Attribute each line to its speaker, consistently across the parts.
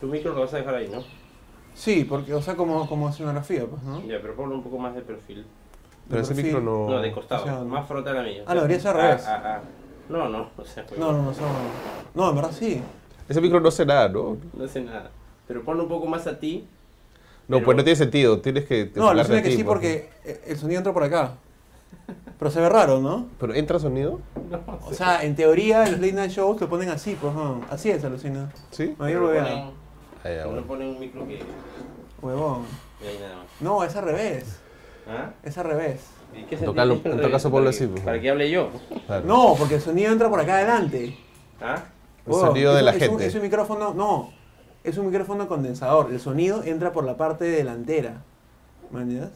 Speaker 1: Tu micro lo vas a dejar ahí, ¿no?
Speaker 2: Sí, porque, o sea, como, como escenografía, pues, ¿no?
Speaker 1: Ya, pero ponlo un poco más de perfil.
Speaker 2: De
Speaker 3: Pero ese
Speaker 2: perfil.
Speaker 3: micro no.
Speaker 1: No, de costado.
Speaker 2: o sea,
Speaker 1: más frota a la mía.
Speaker 2: Ah, lo debería ser al revés.
Speaker 1: Ah, ah, ah. No, no, o sea, pues,
Speaker 2: No, no, no, no. No, en verdad sí.
Speaker 3: Ese micro no hace nada, ¿no?
Speaker 1: no hace nada. Pero ponlo un poco más a ti.
Speaker 3: No,
Speaker 1: Pero-
Speaker 3: pues no tiene sentido. Tienes que.
Speaker 2: No,
Speaker 3: hablar
Speaker 2: alucina
Speaker 3: de
Speaker 2: que
Speaker 3: ti, pues,
Speaker 2: sí porque eh, el sonido entra por acá. Pero se ve raro, ¿no?
Speaker 3: ¿Pero entra sonido?
Speaker 2: O sea, en teoría los late night shows lo ponen así, pues, ¿no? Así es, alucina.
Speaker 3: ¿Sí?
Speaker 2: Ahí
Speaker 1: pero
Speaker 2: huevón.
Speaker 3: Ah, ya,
Speaker 1: ponen, no
Speaker 3: bueno.
Speaker 1: ponen un micro que. Y
Speaker 2: Huevón.
Speaker 1: ahí nada más.
Speaker 2: No, es al revés.
Speaker 1: ¿Ah?
Speaker 2: Es al revés.
Speaker 1: ¿Y qué
Speaker 3: Tocalo-
Speaker 1: sentido?
Speaker 3: en todo caso, ponlo
Speaker 1: Para
Speaker 3: así,
Speaker 1: que-
Speaker 3: pues.
Speaker 1: Para que hable yo.
Speaker 3: Claro.
Speaker 2: No, porque el sonido entra por acá adelante.
Speaker 1: ¿Ah?
Speaker 3: El
Speaker 2: Huevón,
Speaker 3: sonido
Speaker 2: es
Speaker 3: de
Speaker 2: un-
Speaker 3: la
Speaker 2: es un-
Speaker 3: gente.
Speaker 2: es un micrófono, no. Es un micrófono condensador. El sonido entra por la parte delantera. ¿Me entiendes?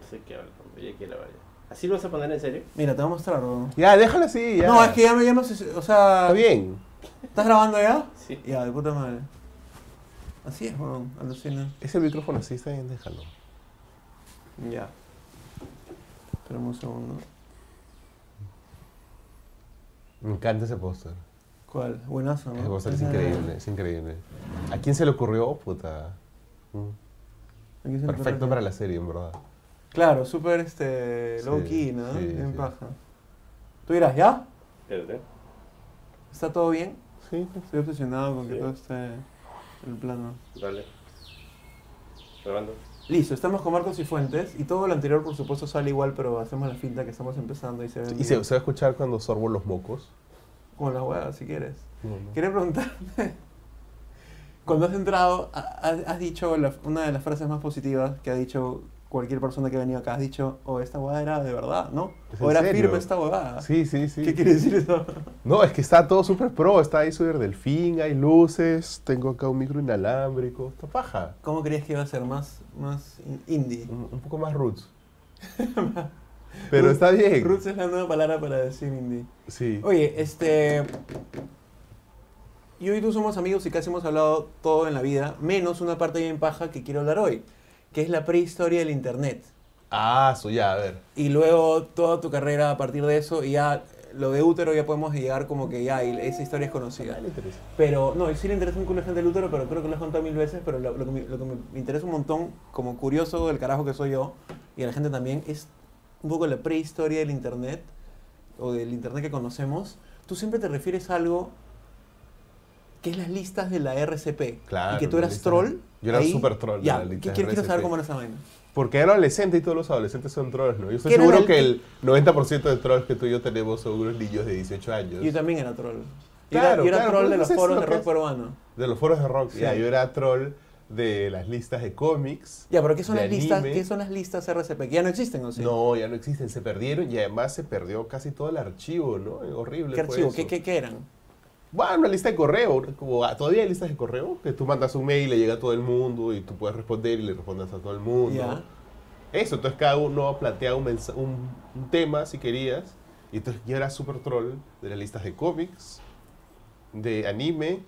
Speaker 1: No sé qué habla, oye, que la vaya. ¿Así lo vas a poner en serio?
Speaker 2: Mira, te voy a mostrar, huevón.
Speaker 3: Ya, déjalo así. Ya.
Speaker 2: No, es que ya me llamas, o sea...
Speaker 3: Está bien.
Speaker 2: ¿Estás grabando ya?
Speaker 1: Sí.
Speaker 2: Ya, de puta madre. Así es, weón, alucina.
Speaker 3: Ese micrófono así está bien, déjalo.
Speaker 2: Ya. Esperemos un segundo.
Speaker 3: Me encanta ese póster.
Speaker 2: ¿Cuál? Buenazo, ¿no? Ah,
Speaker 3: Ese póster es increíble, es increíble. ¿A quién se le ocurrió? Puta. Mm.
Speaker 2: Aquí se
Speaker 3: Perfecto
Speaker 2: encuentra-
Speaker 3: para la serie, en verdad.
Speaker 2: Claro, súper este, low
Speaker 3: Sí,
Speaker 2: key, ¿no?
Speaker 3: sí,
Speaker 2: bien
Speaker 3: sí.
Speaker 2: paja. Tú dirás, ¿ya?
Speaker 1: Espérate.
Speaker 2: ¿Está todo bien?
Speaker 3: Sí.
Speaker 2: Estoy obsesionado con que
Speaker 1: Sí.
Speaker 2: todo esté en el plano.
Speaker 1: Dale. Grabando.
Speaker 2: Listo, estamos con Marcos y Fuentes. Y todo lo anterior, por supuesto, sale igual, pero hacemos la finta que estamos empezando y se ve
Speaker 3: ¿Y se, se va a escuchar cuando sorbo los mocos?
Speaker 2: como la hueá, si quieres.
Speaker 3: No, no.
Speaker 2: Quería preguntarte, cuando has entrado, ha- ha- has dicho la- una de las frases más positivas que ha dicho cualquier persona que ha venido acá, has dicho, o esta huevada era de verdad, ¿no?
Speaker 3: ¿Es
Speaker 2: O
Speaker 3: en
Speaker 2: era
Speaker 3: serio?
Speaker 2: firme esta huevada.
Speaker 3: Sí, sí, sí.
Speaker 2: ¿Qué quiere decir eso?
Speaker 3: No, es que está todo súper pro. Está ahí del delfín, hay luces, tengo acá un micro inalámbrico. Está paja.
Speaker 2: ¿Cómo creías que iba a ser más, más in- indie?
Speaker 3: Un, un poco más roots. Pero está bien.
Speaker 2: Roots es la nueva palabra para decir indie.
Speaker 3: Sí.
Speaker 2: Oye, este... Yo y tú somos amigos y casi hemos hablado todo en la vida, menos una parte bien paja que quiero hablar hoy, que es la prehistoria del Internet.
Speaker 3: Ah, eso ya, a ver.
Speaker 2: y luego toda tu carrera a partir de eso y ya lo de útero ya podemos llegar como que ya y esa historia es conocida.
Speaker 3: Dale, Ah, interesa.
Speaker 2: Pero no, y sí le interesa un culo de gente el útero, pero creo que lo has contado mil veces, pero lo, lo que me, lo que me interesa un montón, como curioso del carajo que soy yo y a la gente también, es un poco la prehistoria del internet o del internet que conocemos. Tú siempre te refieres a algo que es las listas de la RCP.
Speaker 3: Claro,
Speaker 2: Y que tú
Speaker 3: las
Speaker 2: eras
Speaker 3: listas de-
Speaker 2: troll.
Speaker 3: yo era
Speaker 2: ahí.
Speaker 3: súper troll de
Speaker 2: Ya,
Speaker 3: las listas
Speaker 2: ¿qué-
Speaker 3: de
Speaker 2: quiero, quiero saber
Speaker 3: RCP.
Speaker 2: cómo era esa vaina.
Speaker 3: Porque era adolescente y todos los adolescentes son trolls, ¿no? Yo estoy
Speaker 2: ¿Quién era
Speaker 3: seguro
Speaker 2: el-
Speaker 3: que el 90% de trolls que tú y yo tenemos son unos niños de 18 años.
Speaker 2: Yo también era troll. Yo
Speaker 3: Claro,
Speaker 2: era, yo era
Speaker 3: claro,
Speaker 2: troll
Speaker 3: pero
Speaker 2: de
Speaker 3: no
Speaker 2: los
Speaker 3: sé si
Speaker 2: foros
Speaker 3: lo
Speaker 2: de
Speaker 3: que
Speaker 2: rock
Speaker 3: es.
Speaker 2: peruano.
Speaker 3: De los foros de rock.
Speaker 2: Sí.
Speaker 3: Ya, yo era troll de las listas de cómics.
Speaker 2: Ya, pero ¿qué son
Speaker 3: de
Speaker 2: las listas?
Speaker 3: anime.
Speaker 2: ¿Qué son las listas RCP? Que ya no existen, ¿o sí?
Speaker 3: No, ya no existen, se perdieron y además se perdió casi todo el archivo, ¿no? Horrible.
Speaker 2: ¿Qué
Speaker 3: fue
Speaker 2: archivo?
Speaker 3: eso.
Speaker 2: ¿Qué, qué, qué eran?
Speaker 3: Bueno, una lista de correo, ¿no? como ah, todavía hay listas de correo, que tú mandas un mail, le llega a todo el mundo y tú puedes responder y le respondes a todo el mundo.
Speaker 2: Ya.
Speaker 3: Eso, entonces cada uno planteaba un, mensa- un, un tema si querías. Y entonces yo era super troll de las listas de cómics, de anime,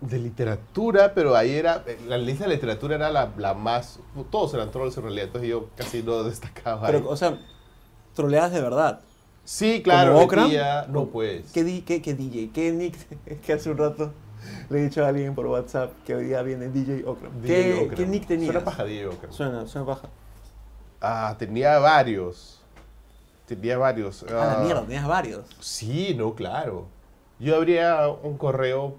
Speaker 3: de literatura, pero ahí era, eh, la lista de literatura era la, la más, todos eran trolls en realidad, entonces yo casi no destacaba. ahí.
Speaker 2: Pero, o sea, troleadas de verdad.
Speaker 3: sí, claro,
Speaker 2: ¿como Okram?
Speaker 3: metía- no pues.
Speaker 2: ¿Qué, di- qué, qué DJ? ¿Qué nick? que hace un rato le he dicho a alguien por WhatsApp que hoy día viene DJ Okram.
Speaker 3: DJ
Speaker 2: ¿Qué,
Speaker 3: Okram.
Speaker 2: ¿Qué nick tenías?
Speaker 3: Suena paja DJ Okram.
Speaker 2: Suena, suena paja.
Speaker 3: Ah, tenía varios. Tenía varios.
Speaker 2: Ah, la mierda, tenías varios.
Speaker 3: Sí, no, claro. Yo abría un correo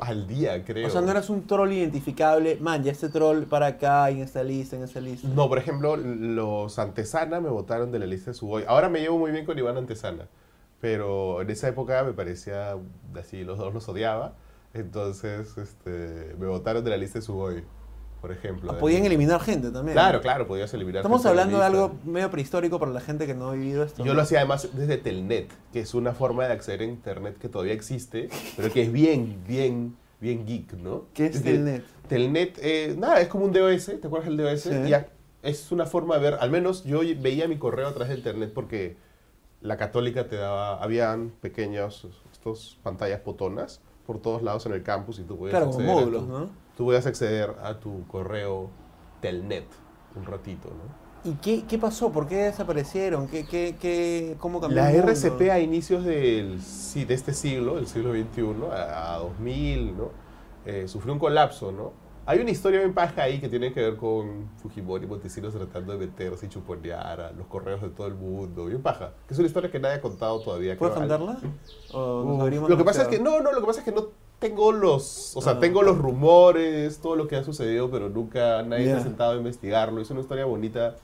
Speaker 3: al día, creo.
Speaker 2: O sea, no eras un troll identificable. Man, ya este troll para acá, en esta lista, en esta lista.
Speaker 3: No, por ejemplo, los Antesana me votaron de la lista de Suboy. Ahora me llevo muy bien con Iván Antesana, pero en esa época me parecía así, los dos los odiaba. Entonces, este, me votaron de la lista de Suboy, por ejemplo.
Speaker 2: Ah,
Speaker 3: de la
Speaker 2: Podían
Speaker 3: lista.
Speaker 2: eliminar gente también.
Speaker 3: Claro, claro, podías eliminar.
Speaker 2: Estamos
Speaker 3: gente la
Speaker 2: hablando de
Speaker 3: lista.
Speaker 2: algo medio prehistórico para la gente que no ha vivido esto.
Speaker 3: Yo lo hacía además desde Telnet, que es una forma de acceder a Internet que todavía existe, pero que es bien, bien, bien geek, ¿no?
Speaker 2: ¿Qué es
Speaker 3: Desde-
Speaker 2: Telnet?
Speaker 3: Telnet, eh, nada, es como un DOS, ¿te acuerdas del DOS?
Speaker 2: Sí.
Speaker 3: Ya, es una forma de ver, al menos yo veía mi correo a través de Internet porque la católica te daba, habían pequeños, estos pantallas potonas por todos lados en el campus y tú podías
Speaker 2: Claro, como
Speaker 3: acceder a
Speaker 2: módulos,
Speaker 3: tu-
Speaker 2: ¿no?
Speaker 3: Tú podías acceder a tu correo Telnet un ratito, ¿no?
Speaker 2: ¿Y qué, qué pasó? ¿Por qué desaparecieron? ¿Qué, qué, qué, ¿Cómo cambió?
Speaker 3: La
Speaker 2: el mundo?
Speaker 3: RCP a inicios del, sí, de este siglo, del siglo XXI, a, a 2000, ¿no? eh, sufrió un colapso, ¿no? Hay una historia bien paja ahí que tiene que ver con Fujimori y Montesinos tratando de meterse y chuponear a los correos de todo el mundo. Bien paja. Que es una historia que nadie ha contado todavía.
Speaker 2: ¿Puedes
Speaker 3: creo.
Speaker 2: contarla? ¿O nos
Speaker 3: Uf,
Speaker 2: abrimos
Speaker 3: Lo que pasa es
Speaker 2: demasiado?
Speaker 3: que no, no, lo que pasa es que no tengo los, o sea,
Speaker 2: Ah.
Speaker 3: tengo los rumores, todo lo que ha sucedido, pero nunca nadie se
Speaker 2: Ya.
Speaker 3: ha sentado a investigarlo. Es una historia bonita,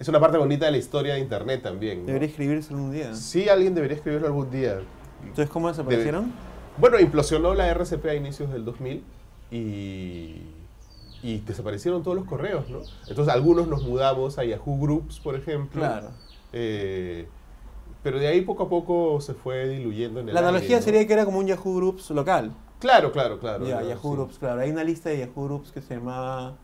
Speaker 3: es una parte bonita de la historia de internet también. ¿no?
Speaker 2: Debería escribirse algún día.
Speaker 3: Sí, alguien debería escribirlo algún día.
Speaker 2: Entonces, ¿cómo desaparecieron?
Speaker 3: Bueno, implosionó la RCP a inicios del 2000 y, y desaparecieron todos los correos, ¿no? Entonces algunos nos mudamos a Yahoo Groups, por ejemplo.
Speaker 2: Claro.
Speaker 3: Eh, pero de ahí poco a poco se fue diluyendo en el
Speaker 2: La
Speaker 3: aire,
Speaker 2: analogía
Speaker 3: ¿no?
Speaker 2: sería que era como un Yahoo Groups local.
Speaker 3: Claro, claro, claro.
Speaker 2: ya,
Speaker 3: claro,
Speaker 2: Yahoo
Speaker 3: sí.
Speaker 2: Groups, claro. Hay una lista de Yahoo Groups que se llamaba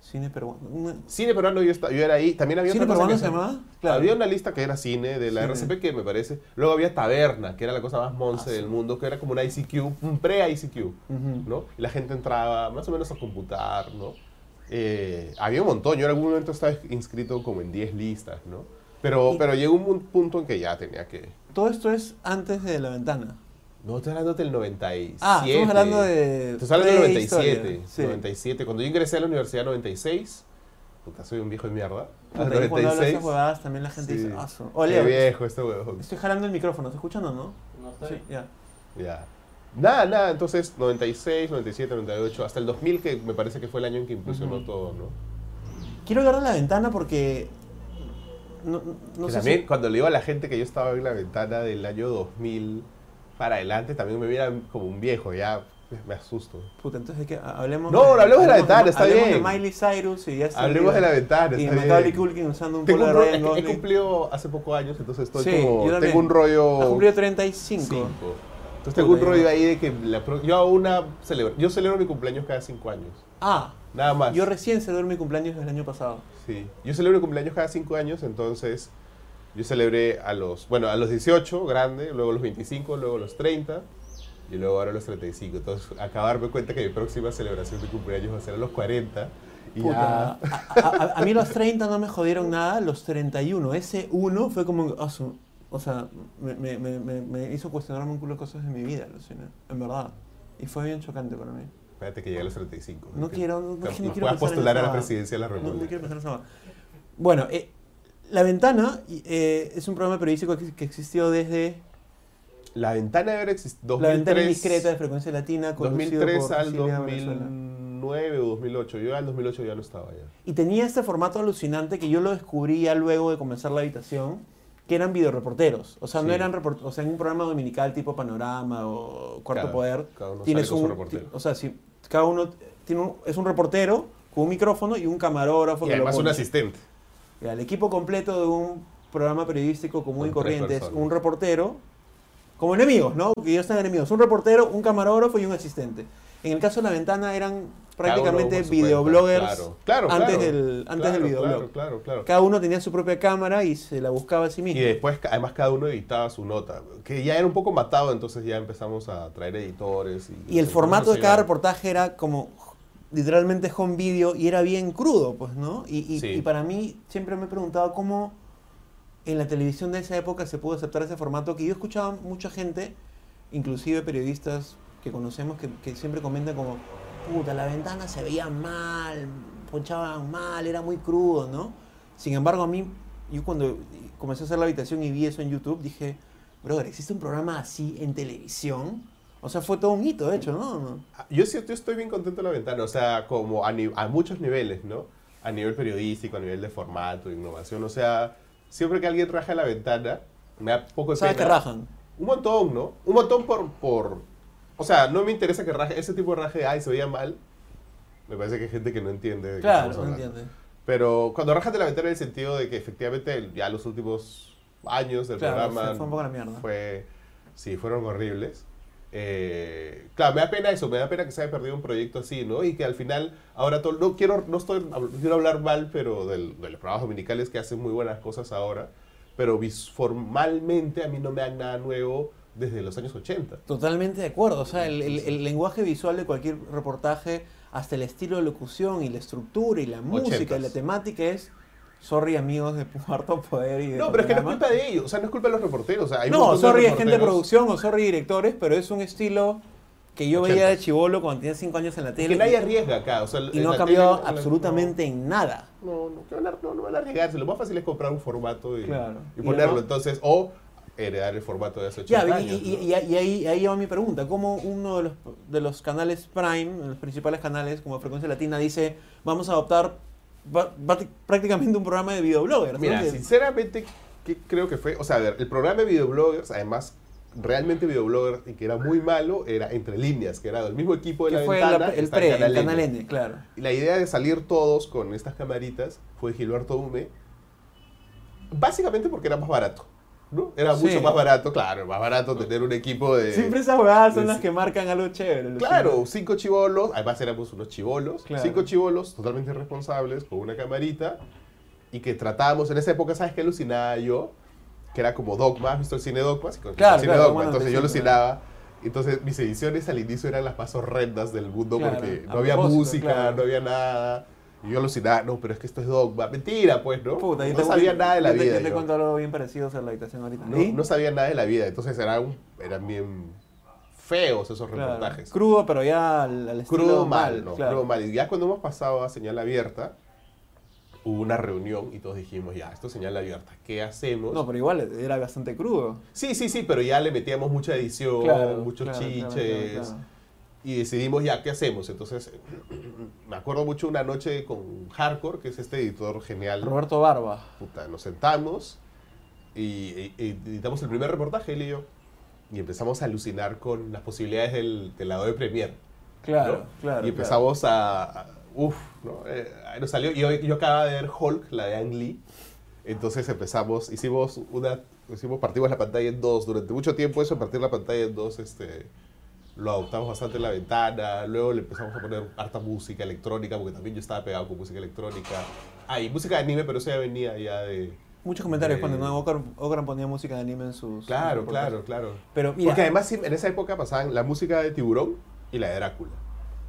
Speaker 2: Cine Peruano. una-
Speaker 3: Cine peruano yo, esta- yo era ahí. También había
Speaker 2: ¿Cine
Speaker 3: otra cosa
Speaker 2: Peruano
Speaker 3: que
Speaker 2: se llamaba?
Speaker 3: Había una lista que era cine de la
Speaker 2: Cine.
Speaker 3: RCP que me parece. Luego había Taberna, que era la cosa más monce
Speaker 2: Ah, sí.
Speaker 3: del mundo, que era como una ICQ, un pre-ICQ,
Speaker 2: Ujú.
Speaker 3: ¿no? Y la gente entraba más o menos a computar, ¿no? Eh, había un montón. Yo en algún momento estaba inscrito como en 10 listas, ¿no? Pero,
Speaker 2: Y-
Speaker 3: pero llegó un mun- punto en que ya tenía que...
Speaker 2: Todo esto es antes de la ventana.
Speaker 3: No, estoy hablando del 97.
Speaker 2: Ah, estamos hablando de.
Speaker 3: Te sale en el
Speaker 2: prehistoria.
Speaker 3: 97.
Speaker 2: Sí.
Speaker 3: 97. Cuando yo ingresé a la universidad en 96, puta, soy un viejo de mierda.
Speaker 2: Puta,
Speaker 3: Al
Speaker 2: yo Cuando hablo de
Speaker 3: 96.
Speaker 2: esas huevadas, también la gente
Speaker 3: sí.
Speaker 2: dice. Ah, su-
Speaker 3: Qué
Speaker 2: Ole,
Speaker 3: viejo este huevón.
Speaker 2: estoy jalando el micrófono, ¿estás escuchando, no?
Speaker 1: No está
Speaker 2: Sí,
Speaker 1: bien.
Speaker 2: ya.
Speaker 3: Ya. Nada, nada. Entonces, 96, 97, 98, hasta el 2000, que me parece que fue el año en que impulsionó
Speaker 2: Ujú.
Speaker 3: todo, ¿no?
Speaker 2: Quiero hablar de la ventana porque. No, no
Speaker 3: Que
Speaker 2: sé.
Speaker 3: también,
Speaker 2: si-
Speaker 3: cuando le digo a la gente que yo estaba en la ventana del año 2000 para adelante, también me miran como un viejo, ya me asusto.
Speaker 2: Puta, entonces ¿de qué? hablemos.
Speaker 3: No, hablemos de la ventana, está bien.
Speaker 2: Hablemos de Miley Cyrus y ya está.
Speaker 3: Hablemos de la ventana,
Speaker 2: Y
Speaker 3: está
Speaker 2: Macaulay
Speaker 3: bien.
Speaker 2: Culkin usando un
Speaker 3: Tengo
Speaker 2: polo
Speaker 3: un
Speaker 2: de
Speaker 3: ro-
Speaker 2: Ryan
Speaker 3: es que he
Speaker 2: Gosling.
Speaker 3: cumplido hace poco años, entonces estoy
Speaker 2: Sí, yo
Speaker 3: como,
Speaker 2: también.
Speaker 3: tengo un
Speaker 2: Ha
Speaker 3: rollo...
Speaker 2: cumplido 35.
Speaker 3: Cinco. Entonces tengo un
Speaker 2: Puta,
Speaker 3: rollo
Speaker 2: ya.
Speaker 3: ahí de que la pro- yo hago una celebro, yo celebro mi cumpleaños cada cinco años,
Speaker 2: Ah,
Speaker 3: nada más.
Speaker 2: yo recién celebré mi cumpleaños del año pasado.
Speaker 3: sí. Yo celebro mi cumpleaños cada cinco años, entonces yo celebré a los, bueno, a los 18 grande, luego a los 25, luego a los 30 y luego ahora a los 35. Entonces acabo de darme cuenta que mi próxima celebración de cumpleaños va a ser a los 40 y
Speaker 2: Puta.
Speaker 3: ya.
Speaker 2: A, a- a- a mí los 30 no me jodieron nada, los 31. Ese 1 fue como. ah, su- o sea, me, me- me- me- me hizo cuestionarme un culo de cosas de mi vida, alucina, En verdad. Y fue bien chocante para mí.
Speaker 3: Espérate que llegue a los 35.
Speaker 2: No
Speaker 3: Que-
Speaker 2: quiero- no-
Speaker 3: que
Speaker 2: no
Speaker 3: nos
Speaker 2: quiero
Speaker 3: puedas
Speaker 2: pensar en
Speaker 3: postular a la
Speaker 2: esa-
Speaker 3: presidencia de la
Speaker 2: No,
Speaker 3: República.
Speaker 2: no quiero pensar en esa vaina. Bueno, eh, La Ventana y, eh, es un programa periodístico que, que existió desde
Speaker 3: La ventana de haber existido
Speaker 2: La Ventana Indiscreta de Frecuencia Latina, conducido
Speaker 3: 2003
Speaker 2: por
Speaker 3: al
Speaker 2: Cecilia Valenzuela.
Speaker 3: 2009 o 2008. Yo al 2008 ya no estaba ya.
Speaker 2: Y tenía este formato alucinante que yo lo descubrí ya luego de comenzar la habitación, que eran videoreporteros. O sea, no
Speaker 3: Sí.
Speaker 2: eran reporteros, o sea, en un programa dominical tipo Panorama o Cuarto
Speaker 3: Claro,
Speaker 2: Poder.
Speaker 3: cada uno
Speaker 2: tienes
Speaker 3: sale
Speaker 2: un,
Speaker 3: con su reportero.
Speaker 2: ti- O sea, si cada uno tiene un- es un reportero con un micrófono y un camarógrafo.
Speaker 3: Y
Speaker 2: que lo
Speaker 3: además un
Speaker 2: pone.
Speaker 3: asistente.
Speaker 2: Ya, El equipo completo de un programa periodístico común y
Speaker 3: Con tres
Speaker 2: corriente es
Speaker 3: personas.
Speaker 2: un reportero, como enemigos, ¿no? Que ya están enemigos. Un reportero, un camarógrafo y un asistente. En el caso de La Ventana eran
Speaker 3: Cada uno
Speaker 2: prácticamente
Speaker 3: por su
Speaker 2: videobloggers
Speaker 3: cuenta. Claro, claro,
Speaker 2: antes,
Speaker 3: claro.
Speaker 2: del, antes del
Speaker 3: Claro,
Speaker 2: videoblog.
Speaker 3: Claro, claro, claro.
Speaker 2: Cada uno tenía su propia cámara y se la buscaba a sí
Speaker 3: Y
Speaker 2: mismo.
Speaker 3: después, ca- además, cada uno editaba su nota. Que ya era un poco matado, entonces ya empezamos a traer editores. Y,
Speaker 2: Y el
Speaker 3: no
Speaker 2: formato
Speaker 3: se
Speaker 2: de cada
Speaker 3: iba-
Speaker 2: reportaje era como literalmente home video y era bien crudo, pues, ¿no? Y, y-
Speaker 3: Sí.
Speaker 2: y para mí siempre me he preguntado cómo en la televisión de esa época se pudo aceptar ese formato que yo escuchaba mucha gente, inclusive periodistas que conocemos, que, que siempre comentan como, puta, la ventana se veía mal, ponchaban mal, era muy crudo, ¿no? Sin embargo, a mí, yo cuando comencé a hacer la habitación y vi eso en YouTube, dije, brother, ¿existe un programa así en televisión? O sea, fue todo un hito, de hecho, ¿no? ¿No?
Speaker 3: Ah, Yo sí, yo estoy bien contento de la ventana, o sea, como a, ni- a muchos niveles, ¿no? A nivel periodístico, a nivel de formato, de innovación, o sea, siempre que alguien raja la ventana, me da poco de
Speaker 2: Sabes que
Speaker 3: pena.
Speaker 2: rajan.
Speaker 3: Un montón, ¿no? Un montón por, por... O sea, no me interesa que raje, ese tipo de raje, de, ay, se veía mal. Me parece que hay gente que no entiende. de qué
Speaker 2: Claro,
Speaker 3: estamos
Speaker 2: no
Speaker 3: hablando.
Speaker 2: entiende.
Speaker 3: Pero cuando rajas de la ventana en el sentido de que efectivamente ya los últimos años del
Speaker 2: Claro,
Speaker 3: programa
Speaker 2: se fue un poco a la mierda.
Speaker 3: fue- sí, fueron horribles. Eh, claro, me da pena eso, me da pena que se haya perdido un proyecto así, ¿no? Y que al final, ahora todo, no quiero, no estoy, no quiero hablar mal, pero del- de los programas dominicales que hacen muy buenas cosas ahora, pero vis- formalmente a mí no me dan nada nuevo desde los años 80.
Speaker 2: Totalmente de acuerdo. O sea, el, el- el lenguaje visual de cualquier reportaje, hasta el estilo de locución y la estructura y la música y la
Speaker 3: Ochentas.
Speaker 2: temática es, sorry amigos de cuarto poder y de
Speaker 3: No, pero es que no es
Speaker 2: programa.
Speaker 3: culpa de ellos, o sea, no es culpa de los reporteros. o sea, hay un
Speaker 2: No,
Speaker 3: montón de
Speaker 2: sorry de gente de
Speaker 3: reporteros-
Speaker 2: producción o sorry directores, pero es un estilo que yo veía de chivolo cuando tenía 5 años en la
Speaker 3: Que
Speaker 2: tele
Speaker 3: nadie arriesga acá. O sea,
Speaker 2: y
Speaker 3: en
Speaker 2: no ha
Speaker 3: la
Speaker 2: cambiado
Speaker 3: tele, en la-
Speaker 2: absolutamente en nada.
Speaker 3: No, no, que van a- no, no van a arriesgarse. Lo más fácil es comprar un formato y,
Speaker 2: Claro.
Speaker 3: y
Speaker 2: Y
Speaker 3: ponerlo.
Speaker 2: no-
Speaker 3: Entonces, o heredar el formato de hace
Speaker 2: Ya,
Speaker 3: 80
Speaker 2: y,
Speaker 3: años.
Speaker 2: y-
Speaker 3: ¿no?
Speaker 2: y- y ahí, ahí va mi pregunta. ¿Cómo uno de los, de los canales Prime, de los principales canales como Frecuencia Latina, dice, vamos a adoptar ba- ba- prácticamente un programa de videobloggers?
Speaker 3: Mira,
Speaker 2: ¿no? Que-
Speaker 3: sinceramente, ¿qué creo que fue? O sea, a ver, el programa de videobloggers, además, realmente videobloggers, y que era muy malo, era Entre Líneas, que era del mismo equipo de
Speaker 2: que
Speaker 3: la
Speaker 2: fue
Speaker 3: ventana.
Speaker 2: la-
Speaker 3: que
Speaker 2: el
Speaker 3: está en
Speaker 2: pre, el
Speaker 3: N.
Speaker 2: Canal N, claro.
Speaker 3: Y la idea de salir todos con estas camaritas fue de Gilberto Hume, básicamente porque era más barato. ¿no? Era
Speaker 2: Sí.
Speaker 3: mucho más barato, claro, más barato tener un equipo de...
Speaker 2: Siempre esas huevadas son
Speaker 3: sí.
Speaker 2: las que marcan algo chévere. lo
Speaker 3: Claro, cinco chivolos, además éramos unos chivolos,
Speaker 2: Claro.
Speaker 3: cinco chivolos totalmente responsables con una camarita y que tratábamos, en esa época, ¿sabes qué alucinaba yo? Que era como Dogma, ¿has visto el cine Dogma? Sí, con- con
Speaker 2: Claro,
Speaker 3: el cine
Speaker 2: claro,
Speaker 3: Dogma,
Speaker 2: bueno,
Speaker 3: entonces
Speaker 2: sí,
Speaker 3: yo
Speaker 2: sí,
Speaker 3: alucinaba. Entonces mis ediciones al inicio eran las más horrendas del mundo
Speaker 2: Claro,
Speaker 3: porque
Speaker 2: a
Speaker 3: no había
Speaker 2: propósimo,
Speaker 3: música,
Speaker 2: claro.
Speaker 3: no había nada. Y yo alucinaba, no, pero es que esto es Dogma. Mentira, pues, ¿no?
Speaker 2: Puta, yo
Speaker 3: no
Speaker 2: te-
Speaker 3: sabía nada de la
Speaker 2: yo te-
Speaker 3: vida.
Speaker 2: Yo te
Speaker 3: yo.
Speaker 2: cuento algo bien parecido sobre la habitación ahorita.
Speaker 3: No,
Speaker 2: ¿Y?
Speaker 3: no sabía nada de la vida, entonces era un- eran bien feos esos
Speaker 2: Claro.
Speaker 3: reportajes.
Speaker 2: Crudo, pero ya al, al estilo
Speaker 3: Crudo mal, ¿no?
Speaker 2: claro.
Speaker 3: Crudo mal. Y ya cuando hemos pasado a señal abierta, hubo una reunión y todos dijimos, ya, esto es señal abierta, ¿qué hacemos?
Speaker 2: No, pero igual era bastante crudo.
Speaker 3: Sí, sí, sí, pero ya le metíamos mucha edición, muchos
Speaker 2: claro, claro,
Speaker 3: chiches,
Speaker 2: claro, claro.
Speaker 3: y decidimos ya, ¿qué hacemos? Entonces, me acuerdo mucho una noche con Hardcore, que es este editor genial,
Speaker 2: Roberto Barba.
Speaker 3: puta, nos sentamos y, y- y editamos el primer reportaje, él y yo, y empezamos a alucinar con las posibilidades del, del lado de Premiere.
Speaker 2: Claro,
Speaker 3: ¿no?
Speaker 2: claro.
Speaker 3: Y empezamos a, a- Uf, ¿no? Eh, nos salió. Yo, yo acababa de ver Hulk, la de Ang Lee. Entonces empezamos, hicimos una. Hicimos, partimos la pantalla en dos. Durante mucho tiempo, eso, partir la pantalla en dos, este. Lo adoptamos bastante en la ventana. Luego le empezamos a poner harta música electrónica, porque también yo estaba pegado con música electrónica. Ah, y música de anime, pero eso ya venía ya de.
Speaker 2: claro. Muchos comentarios
Speaker 3: Eh,
Speaker 2: cuando ¿no? Ocran, Ocran ponía música de anime en sus. en
Speaker 3: Claro,
Speaker 2: sus reportajes.
Speaker 3: claro, claro.
Speaker 2: Pero mira,
Speaker 3: Porque además sí, en esa época pasaban la música de Tiburón y la de Drácula.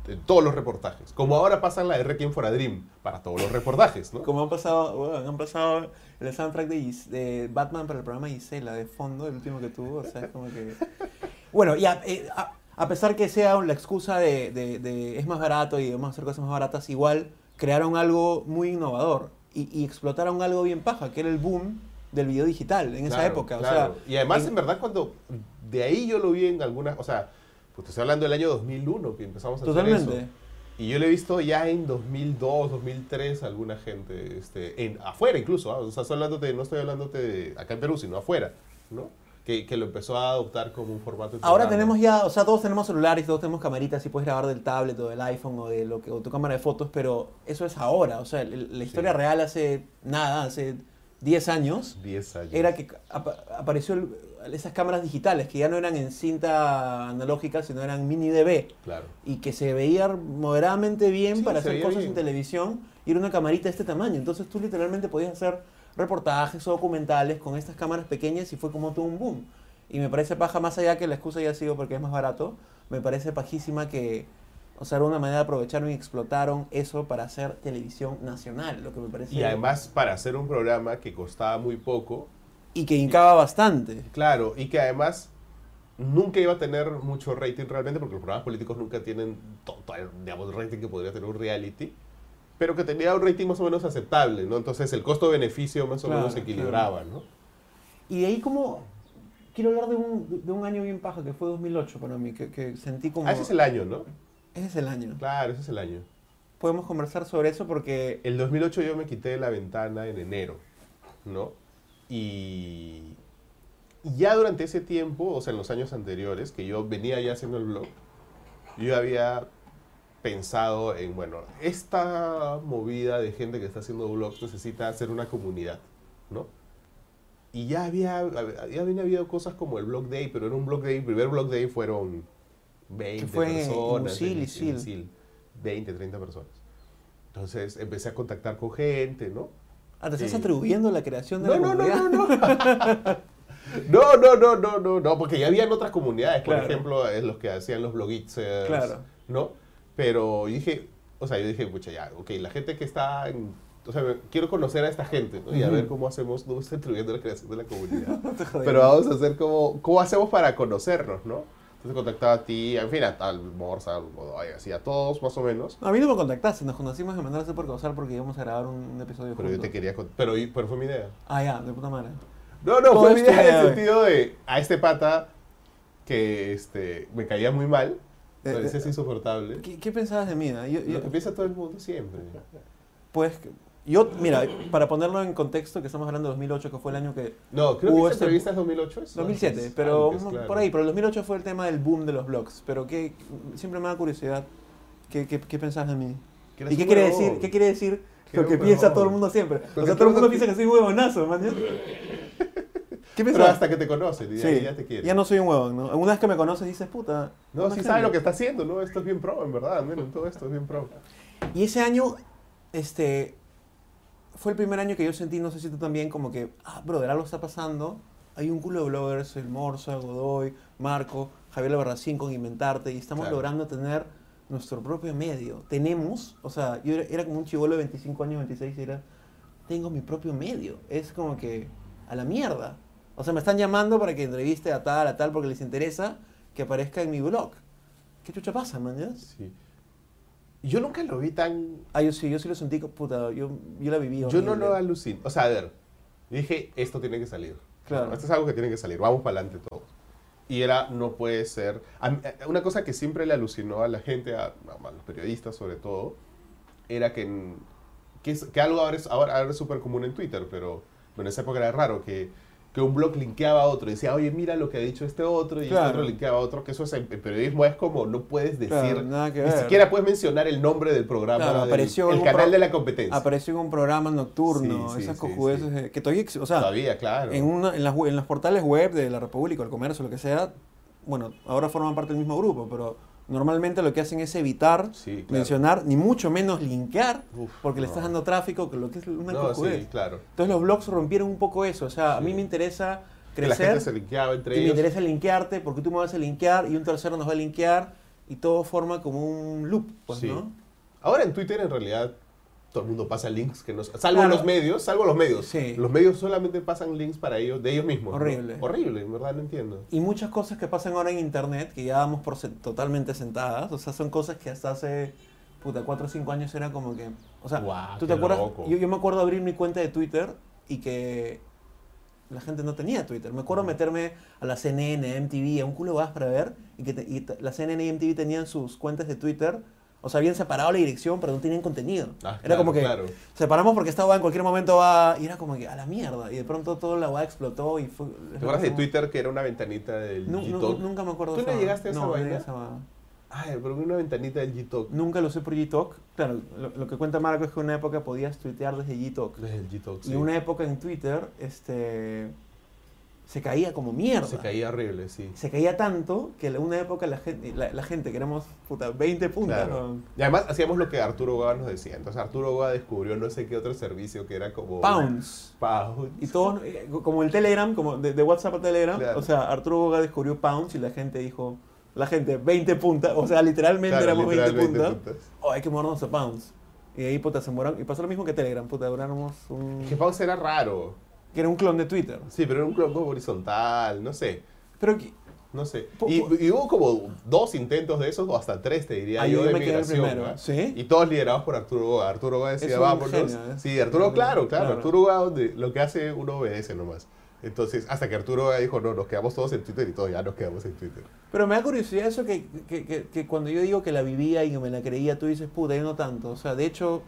Speaker 3: En todos los reportajes. Como ahora pasan la de Requiem for a Dream para todos los reportajes, ¿no?
Speaker 2: como han pasado, weón, han pasado el soundtrack de, Gis- de Batman para el programa Gisela de fondo, el último que tuvo, o sea, es como que. Bueno, y a, eh, a- a pesar que sea la excusa de, de- de es más barato y vamos a hacer cosas más baratas, igual crearon algo muy innovador y, y explotaron algo bien paja, que era el boom del video digital en esa
Speaker 3: Claro,
Speaker 2: época.
Speaker 3: claro.
Speaker 2: O sea,
Speaker 3: y además, en,
Speaker 2: en-
Speaker 3: verdad, cuando de ahí yo lo vi en algunas. O sea, pues te estoy hablando del año 2001 que empezamos a hacer
Speaker 2: totalmente.
Speaker 3: eso. Y yo lo he visto ya en 2002, 2003 alguna gente, este, en, afuera incluso, ah, o sea, estoy hablándote- no estoy hablándote de acá en Perú, sino afuera, ¿no? Que, que lo empezó a adoptar como un formato. de
Speaker 2: Ahora
Speaker 3: programa.
Speaker 2: tenemos ya, o sea, todos tenemos celulares, todos tenemos camaritas y puedes grabar del tablet o del iPhone o de lo que, o tu cámara de fotos, pero eso es ahora. O sea, el- la historia
Speaker 3: Sí.
Speaker 2: real hace nada, hace 10 años,
Speaker 3: 10 años.
Speaker 2: era que apa- apareció el- esas cámaras digitales que ya no eran en cinta analógica, sino eran mini DV
Speaker 3: Claro.
Speaker 2: y que se veía moderadamente bien
Speaker 3: Sí,
Speaker 2: para
Speaker 3: se
Speaker 2: hacer
Speaker 3: veía
Speaker 2: cosas
Speaker 3: bien.
Speaker 2: en televisión y era una camarita de este tamaño. Entonces tú literalmente podías hacer reportajes o documentales con estas cámaras pequeñas y fue como todo un boom. Y me parece paja, más allá que la excusa haya sido porque es más barato, me parece pajísima que, o sea, era una manera aprovecharon y explotaron eso para hacer televisión nacional, lo que me parece...
Speaker 3: Y además para hacer un programa que costaba muy poco,
Speaker 2: y que hincaba bastante.
Speaker 3: claro, y que además nunca iba a tener mucho rating realmente, porque los programas políticos nunca tienen todo, el digamos, rating que podría tener un reality, pero que tenía un rating más o menos aceptable, ¿no? Entonces el costo-beneficio más o
Speaker 2: Claro,
Speaker 3: menos se equilibraba, ¿no?
Speaker 2: Y de ahí como... Quiero hablar de un, de un año bien paja, que fue 2008 para mí, que, que sentí como...
Speaker 3: Ah, ese es el año, ¿no?
Speaker 2: ese es el año.
Speaker 3: Claro, ese es el año.
Speaker 2: podemos conversar sobre eso porque
Speaker 3: El 2008 yo me quité la ventana en enero, ¿no? Y y ya durante ese tiempo, o sea, en los años anteriores, que yo venía ya haciendo el blog, yo había pensado en, bueno, esta movida de gente que está haciendo blogs necesita hacer una comunidad, ¿no? Y ya había, ya habían habido cosas como el Blog Day, pero era un Blog Day, el primer Blog Day fueron 20
Speaker 2: Que fue en
Speaker 3: personas.
Speaker 2: Usil, Isil.
Speaker 3: 20, 30 personas. Entonces empecé a contactar con gente, ¿no?
Speaker 2: ah, te estás
Speaker 3: Sí.
Speaker 2: atribuyendo la creación de
Speaker 3: No,
Speaker 2: la
Speaker 3: no, no,
Speaker 2: comunidad.
Speaker 3: no, no. No, no, no, no, no, no, porque ya habían otras comunidades, por
Speaker 2: Claro.
Speaker 3: ejemplo, eh, los que hacían los blogitzers,
Speaker 2: Claro.
Speaker 3: ¿no? Pero yo dije, o sea, yo dije, pucha, ya, ok, la gente que está en, o sea, quiero conocer a esta gente, ¿no? Y a
Speaker 2: Ujú.
Speaker 3: ver cómo hacemos, no estoy atribuyendo la creación de la comunidad,
Speaker 2: Te jodí.
Speaker 3: pero vamos a hacer como, ¿cómo hacemos para conocernos, no? Yo te contactaba a ti, en fin, a, al Morsa, al Godoy, así, a todos más o menos.
Speaker 2: A mí no me contactaste, nos conocimos de manera súper causal porque íbamos a grabar un, un episodio
Speaker 3: Pero yo
Speaker 2: juntos.
Speaker 3: te quería con- pero, pero fue mi idea.
Speaker 2: Ah, ya, de puta madre.
Speaker 3: No, no,
Speaker 2: Todo
Speaker 3: fue mi
Speaker 2: es tu
Speaker 3: idea en
Speaker 2: idea,
Speaker 3: el
Speaker 2: güey.
Speaker 3: sentido de a este pata que este, me caía muy mal, me
Speaker 2: Eh,
Speaker 3: parecía
Speaker 2: eh,
Speaker 3: insoportable.
Speaker 2: ¿Qué, qué pensabas de mí? ah? Yo-
Speaker 3: Lo
Speaker 2: yo-
Speaker 3: que piensa todo el mundo siempre.
Speaker 2: pues, yo, mira, para ponerlo en contexto, que estamos hablando de 2008, que fue el año que...
Speaker 3: No, creo
Speaker 2: Hubo
Speaker 3: que esa
Speaker 2: este-
Speaker 3: entrevista es 2008. eso.
Speaker 2: 2007,
Speaker 3: Antes,
Speaker 2: pero
Speaker 3: antes, claro.
Speaker 2: por ahí, pero el 2008 fue el tema del boom de los blogs. Pero que siempre me da curiosidad, ¿qué, qué, qué pensabas de mí?
Speaker 3: Que eres
Speaker 2: ¿Y qué
Speaker 3: un
Speaker 2: quiere
Speaker 3: huevón.
Speaker 2: decir? ¿Qué quiere decir?
Speaker 3: Que
Speaker 2: Lo
Speaker 3: eres
Speaker 2: que
Speaker 3: un
Speaker 2: piensa
Speaker 3: huevón.
Speaker 2: todo el mundo siempre.
Speaker 3: Porque
Speaker 2: O sea,
Speaker 3: todo
Speaker 2: todo
Speaker 3: el
Speaker 2: el
Speaker 3: mundo
Speaker 2: mundo piensa que soy huevonazo, man. ¿Qué
Speaker 3: Pero
Speaker 2: pensabas?
Speaker 3: hasta que te conocen y de ahí ya te quieren.
Speaker 2: ya no soy un huevón, ¿no? Una vez que me conoces dices, puta.
Speaker 3: No, sí sabe lo que está haciendo, ¿no? Esto es bien pro, en verdad. Miren, todo esto es bien pro.
Speaker 2: Y ese año, este, fue el primer año que yo sentí, no sé si tú también, como que, ah, brother, algo está pasando. Hay un culo de bloggers, el Morsa, Godoy, Marco, Javier Labarracín con Inventarte, y estamos
Speaker 3: Claro.
Speaker 2: logrando tener nuestro propio medio. Tenemos, o sea, yo era, era como un chivolo de 25 años, 26, y era, tengo mi propio medio. Es como que, a la mierda. O sea, me están llamando para que entreviste a tal, a tal, porque les interesa que aparezca en mi blog. ¿Qué chucha pasa, man? ya?
Speaker 3: Sí. Yo nunca lo vi tan...
Speaker 2: Ah, yo sí, yo sí lo sentí, co- puta, yo, yo la viví.
Speaker 3: Yo no
Speaker 2: horrible.
Speaker 3: lo aluciné. O sea, a ver, dije, esto tiene que salir.
Speaker 2: Claro.
Speaker 3: Esto es algo que tiene que salir. Vamos para adelante todos. Y era, no puede ser. A mí- a- una cosa que siempre le alucinó a la gente, a, a los periodistas sobre todo, era que, en- que, es- que algo ahora es ahora, ahora es súper común en Twitter, pero en esa época era raro que, que un blog linkeaba a otro y decía, oye, mira lo que ha dicho este otro, y
Speaker 2: Claro.
Speaker 3: este otro linkeaba a otro, que eso es, en, en periodismo es como, no puedes decir,
Speaker 2: Claro, nada que
Speaker 3: ni
Speaker 2: ver.
Speaker 3: siquiera puedes mencionar el nombre del programa,
Speaker 2: Claro,
Speaker 3: del-
Speaker 2: apareció
Speaker 3: el
Speaker 2: algún
Speaker 3: canal
Speaker 2: pro-
Speaker 3: de la competencia.
Speaker 2: Apareció en un programa nocturno,
Speaker 3: Sí, sí,
Speaker 2: esas
Speaker 3: sí,
Speaker 2: cojudeces
Speaker 3: sí.
Speaker 2: de- que todavía, ex- o sea,
Speaker 3: Todavía, claro.
Speaker 2: Ah, en, una, en, las, we- en los portales web de la República, el comercio, lo que sea, bueno, ahora forman parte del mismo grupo, pero normalmente lo que hacen es evitar
Speaker 3: Sí, claro.
Speaker 2: mencionar, ni mucho menos linkear,
Speaker 3: Uf,
Speaker 2: porque le
Speaker 3: no.
Speaker 2: estás dando tráfico, que lo que es una
Speaker 3: No,
Speaker 2: cojudez.
Speaker 3: sí, claro.
Speaker 2: Entonces los blogs rompieron un poco eso, o sea, a
Speaker 3: Sí.
Speaker 2: mí me interesa
Speaker 3: Que la
Speaker 2: crecer.
Speaker 3: gente se linkeaba entre
Speaker 2: Y me
Speaker 3: ellos.
Speaker 2: interesa linkearte porque tú me vas a linkear y un tercero nos va a linkear y todo forma como un loop, pues,
Speaker 3: Sí.
Speaker 2: ¿no?
Speaker 3: Ahora en Twitter, en realidad, todo el mundo pasa links que no... Salvo
Speaker 2: Claro.
Speaker 3: los medios, salvo los medios.
Speaker 2: Sí.
Speaker 3: Los medios solamente pasan links para ellos, de ellos mismos. ¿no?
Speaker 2: Horrible.
Speaker 3: Horrible, en verdad, no entiendo.
Speaker 2: Y muchas cosas que pasan ahora en internet que ya damos por sen- totalmente sentadas, o sea, son cosas que hasta hace, puta, 4 o 5 años era como que, o sea,
Speaker 3: Guau,
Speaker 2: ¿tú
Speaker 3: qué
Speaker 2: te acuerdas?
Speaker 3: loco.
Speaker 2: Yo, yo me acuerdo abrir mi cuenta de Twitter y que la gente no tenía Twitter. Me acuerdo meterme a la CNN, MTV, a un culo vas para ver, y que te- y t- la CNN y MTV tenían sus cuentas de Twitter, o sea, habían separado la dirección, pero no tenían contenido.
Speaker 3: Ah,
Speaker 2: era
Speaker 3: claro,
Speaker 2: como que
Speaker 3: claro.
Speaker 2: separamos porque esta va en cualquier momento va, y era como que a la mierda, y de pronto toda la va explotó y fue...
Speaker 3: ¿Te acuerdas de Twitter que era una ventanita del
Speaker 2: Nu- nu-
Speaker 3: G-Talk?
Speaker 2: nunca me acuerdo
Speaker 3: ¿Tú
Speaker 2: de
Speaker 3: no
Speaker 2: esa-
Speaker 3: llegaste a esa
Speaker 2: no, no
Speaker 3: vaina?
Speaker 2: llegué a esa vaina.
Speaker 3: Ay, pero una ventanita del G-Talk.
Speaker 2: Nunca lo usé por G-Talk. Claro, lo, lo que cuenta Marco es que en una época podías tuitear desde G-Talk.
Speaker 3: Desde el G-Talk, sí.
Speaker 2: Y una época en Twitter, este. se caía como mierda.
Speaker 3: Se caía horrible, sí.
Speaker 2: Se caía tanto que en una época la gente, la, la gente que éramos, puta, 20 puntas.
Speaker 3: Claro.
Speaker 2: weón.
Speaker 3: Y además hacíamos lo que Arturo Goa nos decía. Entonces Arturo Goa descubrió no sé qué otro servicio que era como...
Speaker 2: Pounds.
Speaker 3: Pound.
Speaker 2: Y todos, eh, como el Telegram, como de, de WhatsApp a Telegram,
Speaker 3: Claro.
Speaker 2: o sea, Arturo Boga descubrió Pounds y la gente dijo, la gente, 20 puntas, o sea, literalmente
Speaker 3: Claro,
Speaker 2: éramos
Speaker 3: literal,
Speaker 2: 20 puntas.
Speaker 3: puntas.
Speaker 2: Oh, hay que movernos a Pounds. Y ahí, puta, se mueran. Y pasó lo mismo que Telegram, puta, duramos un...
Speaker 3: Que Pounds era raro.
Speaker 2: Que era un clon de Twitter.
Speaker 3: Sí, pero era un clon horizontal, no sé,
Speaker 2: Pero que-
Speaker 3: no sé.
Speaker 2: Po-
Speaker 3: Y,
Speaker 2: po-
Speaker 3: y hubo como dos intentos de esos, o hasta tres, te diría
Speaker 2: Ah,
Speaker 3: yo,
Speaker 2: yo
Speaker 3: de
Speaker 2: me quedé el
Speaker 3: migración.
Speaker 2: primero,
Speaker 3: ¿verdad?
Speaker 2: ¿sí?
Speaker 3: Y todos liderados por Arturo Boga. Arturo Boga decía,
Speaker 2: un
Speaker 3: vámonos.
Speaker 2: genio, ¿eh?
Speaker 3: Sí, Arturo, claro, claro.
Speaker 2: Claro.
Speaker 3: Arturo Boga donde- lo que hace uno obedece nomás. Entonces, hasta que Arturo Boga dijo, no, nos quedamos todos en Twitter y todos ya nos quedamos en Twitter.
Speaker 2: Pero me da curiosidad eso que, que- que- que cuando yo digo que la vivía y que me la creía, tú dices, puta, yo no tanto. O sea, de hecho,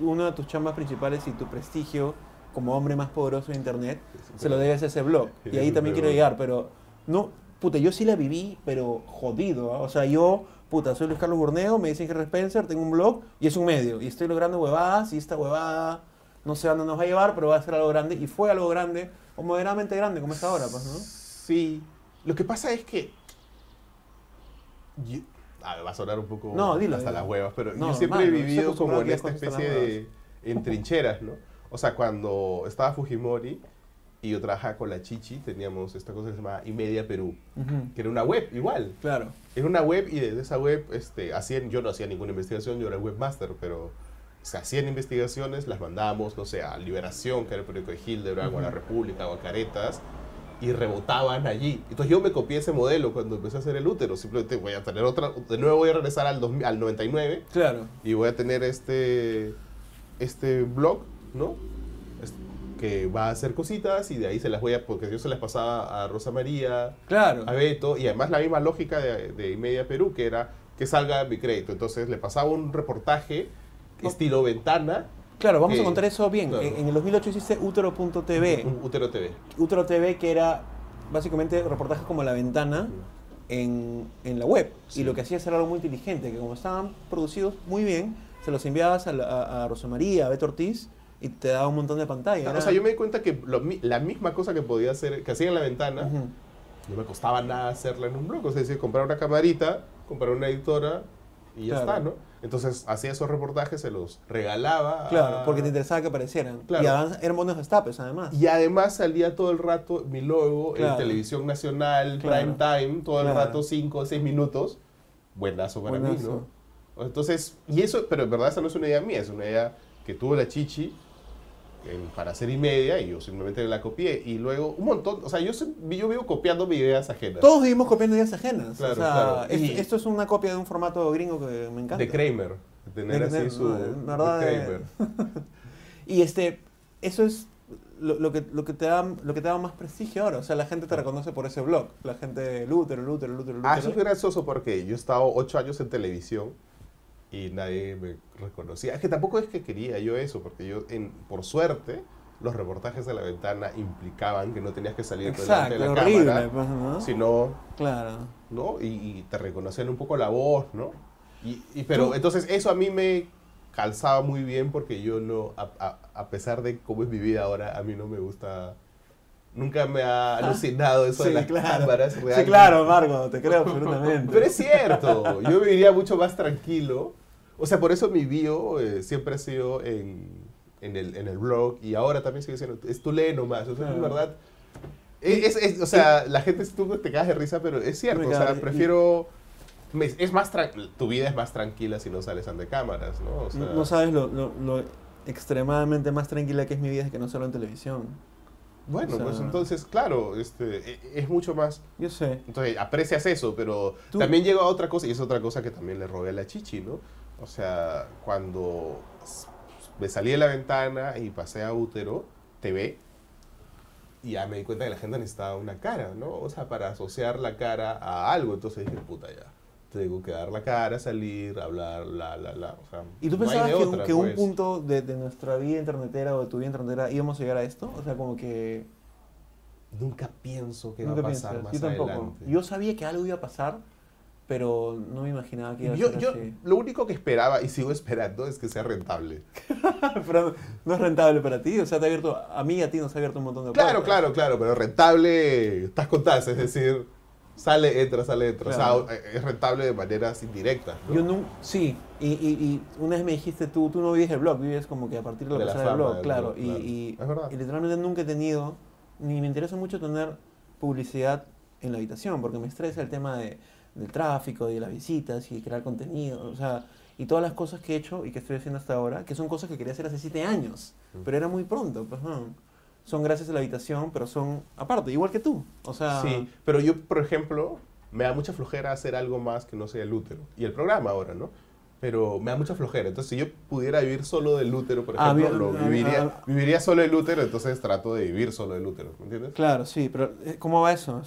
Speaker 2: una de tus chambas principales y tu prestigio como hombre más poderoso de Internet se lo debes a ese blog. Y ahí también quiero llegar, pero no, puta, yo sí la viví, pero jodido. ¿ah? O sea, yo, puta, soy Luis Carlos Burneo, me dicen que Spencer, tengo un blog y es un medio. Y estoy logrando huevadas y esta huevada no sé a dónde nos va a llevar, pero va a ser algo grande. Y fue algo grande, o moderadamente grande, como es ahora, pues, ¿no?
Speaker 3: Sí. Lo que pasa es que... yo- ah, va a sonar un poco
Speaker 2: No, dilo,
Speaker 3: hasta
Speaker 2: dilo.
Speaker 3: las huevas, pero
Speaker 2: No,
Speaker 3: yo siempre he
Speaker 2: normal, estoy
Speaker 3: vivido como
Speaker 2: acostumbrado
Speaker 3: en
Speaker 2: aquí a
Speaker 3: esta
Speaker 2: contestar
Speaker 3: especie
Speaker 2: las
Speaker 3: de... en trincheras, ¿no? O sea, cuando estaba Fujimori y yo trabajaba con la Chichi, teníamos esta cosa que se llamaba Imedia Perú,
Speaker 2: Ujú,
Speaker 3: que era una web igual.
Speaker 2: Claro.
Speaker 3: Era una web y desde esa web este, hacían, yo no hacía ninguna investigación, yo era webmaster, pero se hacían investigaciones, las mandábamos, no sé, a Liberación, que era el periódico de Hildebrand, o a La República, o a Caretas, y rebotaban allí. Entonces yo me copié ese modelo cuando empecé a hacer el útero. Simplemente voy a tener otra, de nuevo voy a regresar al, 2000 al 99
Speaker 2: Claro.
Speaker 3: y voy a tener este, este blog, ¿no? Es- que va a hacer cositas y de ahí se las voy a, porque yo se las pasaba a Rosa María,
Speaker 2: Claro.
Speaker 3: a Beto, y además la misma lógica de, de Media Perú, que era que salga mi crédito. Entonces le pasaba un reportaje estilo ventana,
Speaker 2: Claro, vamos
Speaker 3: Sí.
Speaker 2: a contar eso bien.
Speaker 3: Claro.
Speaker 2: En, en el 2008 hiciste Utero.tv.
Speaker 3: un Utero TV.
Speaker 2: Utero TV, que era básicamente reportajes como La Ventana en, en la web.
Speaker 3: Sí.
Speaker 2: Y lo que hacías era algo muy inteligente, que como estaban producidos muy bien, se los enviabas a, la- a, a Rosa María, a Beto Ortiz, y te daba un montón de pantalla.
Speaker 3: O sea, yo me di cuenta que lo mi- la misma cosa que podía hacer, que hacía en la ventana,
Speaker 2: Ujú.
Speaker 3: no me costaba nada hacerla en un blog. O sea, es decir, comprar una camarita, comprar una editora y ya
Speaker 2: Claro.
Speaker 3: está, ¿no? Entonces hacía esos reportajes, se los regalaba. a-
Speaker 2: Claro, porque te interesaba que aparecieran.
Speaker 3: Ah. Claro.
Speaker 2: Y además, eran buenos destapes, además.
Speaker 3: Y además salía todo el rato mi logo
Speaker 2: Claro.
Speaker 3: en televisión nacional,
Speaker 2: Claro.
Speaker 3: prime time, todo el
Speaker 2: Claro.
Speaker 3: rato 5 o 6 minutos. Buenazo para mí,
Speaker 2: Buenazo.
Speaker 3: ¿no? Entonces, y eso, pero en verdad esa no es una idea mía, es una idea que tuvo la Chichi en- para hacer y media y yo simplemente la copié. Y luego un montón, o sea, yo, se- yo vivo copiando mis ideas ajenas.
Speaker 2: Todos vivimos copiando ideas ajenas.
Speaker 3: Claro,
Speaker 2: o sea,
Speaker 3: claro.
Speaker 2: es-
Speaker 3: Y-
Speaker 2: esto es una copia de un formato gringo que me encanta.
Speaker 3: De Kramer. Tener
Speaker 2: De
Speaker 3: así
Speaker 2: Kramer,
Speaker 3: su.
Speaker 2: ¿no?
Speaker 3: de
Speaker 2: En verdad, de-
Speaker 3: Kramer.
Speaker 2: Y este, eso es lo, lo que, lo, que te da, lo que te da más prestigio ahora. O sea, la gente te reconoce por ese blog. La gente, Lutero, Lutero, Lutero,
Speaker 3: Ah, eso es
Speaker 2: Lutero.
Speaker 3: gracioso porque yo he estado ocho años en televisión y nadie me reconocía. Es que tampoco es que quería yo eso, porque yo, en, por suerte, los reportajes de la ventana implicaban que no tenías que salir
Speaker 2: Exacto,
Speaker 3: delante de la
Speaker 2: horrible.
Speaker 3: cámara,
Speaker 2: pues, ¿no?
Speaker 3: sino,
Speaker 2: Claro.
Speaker 3: ¿no? Y, y te reconocían un poco la voz, ¿no? Y, y- pero
Speaker 2: Tú-
Speaker 3: entonces eso a mí me calzaba muy bien porque yo no, a, a- a pesar de cómo es mi vida ahora, a mí no me gusta, nunca me ha alucinado eso
Speaker 2: Ah, Sí,
Speaker 3: de las
Speaker 2: claro.
Speaker 3: cámaras
Speaker 2: Sí,
Speaker 3: realmente.
Speaker 2: claro, Margo, te creo absolutamente.
Speaker 3: Pero es cierto, yo viviría mucho más tranquilo. O sea, por eso mi bio eh, siempre ha sido en, en el, en el blog y ahora también sigue siendo, es tu lee nomás. O sea, en
Speaker 2: Claro.
Speaker 3: verdad, es, es- o sea, la gente, tú te cagas de risa, pero es cierto.
Speaker 2: Me
Speaker 3: O
Speaker 2: cago
Speaker 3: sea,
Speaker 2: de-
Speaker 3: prefiero, me- es más, tran- tu vida es más tranquila si no sales ante cámaras, ¿no? O sea,
Speaker 2: No- no sabes lo, lo- lo extremadamente más tranquila que es mi vida es que no solo en televisión.
Speaker 3: bueno,
Speaker 2: o sea-
Speaker 3: pues entonces, claro, este, e- es mucho más
Speaker 2: Yo sé.
Speaker 3: Entonces aprecias eso, pero
Speaker 2: Tú-
Speaker 3: también llega a otra cosa, y es otra cosa que también le robé a la chichi, ¿no? O sea, cuando s- me salí de la ventana y pasé a útero, TV, y ya me di cuenta que la gente necesitaba una cara, ¿no? O sea, para asociar la cara a algo. Entonces dije, puta, ya. Tengo que dar la cara, salir, hablar, la, la, la. O sea,
Speaker 2: ¿Y tú
Speaker 3: no hay
Speaker 2: pensabas
Speaker 3: de
Speaker 2: que,
Speaker 3: otra,
Speaker 2: que un
Speaker 3: pues.
Speaker 2: punto de, de nuestra vida internetera o de tu vida internetera íbamos a llegar a esto? O sea, como que...
Speaker 3: Nunca pienso que
Speaker 2: nunca
Speaker 3: va a pasar
Speaker 2: piensas.
Speaker 3: más
Speaker 2: Yo tampoco.
Speaker 3: adelante.
Speaker 2: Yo sabía que algo iba a pasar, pero no me imaginaba que iba a
Speaker 3: Yo-
Speaker 2: ser
Speaker 3: yo
Speaker 2: así.
Speaker 3: lo único que esperaba y sigo esperando es que sea rentable.
Speaker 2: pero no es rentable para ti. O sea, te ha abierto... A mí y a ti nos ha abierto un montón de
Speaker 3: Claro,
Speaker 2: puertas.
Speaker 3: claro, claro, pero rentable estás con tas, es decir, sale, entra, sale, entra. O
Speaker 2: Claro.
Speaker 3: sea, eh, es rentable de maneras indirectas. ¿no?
Speaker 2: Yo no, sí, y, y- y una vez me dijiste tú, tú no vives el blog, vives como que a partir de lo
Speaker 3: De
Speaker 2: que
Speaker 3: la
Speaker 2: sale el
Speaker 3: fama
Speaker 2: blog,
Speaker 3: del
Speaker 2: claro.
Speaker 3: blog,
Speaker 2: y,
Speaker 3: claro.
Speaker 2: y-
Speaker 3: Es verdad.
Speaker 2: y literalmente nunca he tenido, ni me interesa mucho tener publicidad en la habitación, porque me estresa el tema de, del tráfico y de las visitas y crear contenido, o sea, y todas las cosas que he hecho y que estoy haciendo hasta ahora, que son cosas que quería hacer hace siete años,
Speaker 3: Mm.
Speaker 2: pero era muy pronto, pues no. Son gracias a la habitación, pero son aparte, igual que tú. O sea,
Speaker 3: Sí, pero yo, por ejemplo, me da mucha flojera hacer algo más que no sea el útero. Y el programa ahora, ¿no? Pero me da mucha flojera. Entonces, si yo pudiera vivir solo del útero, por
Speaker 2: Ah,
Speaker 3: ejemplo,
Speaker 2: bien,
Speaker 3: lo
Speaker 2: ah,
Speaker 3: viviría,
Speaker 2: ah.
Speaker 3: viviría solo del útero, entonces trato de vivir solo del útero, ¿me entiendes?
Speaker 2: claro, sí, pero eh, ¿cómo va eso?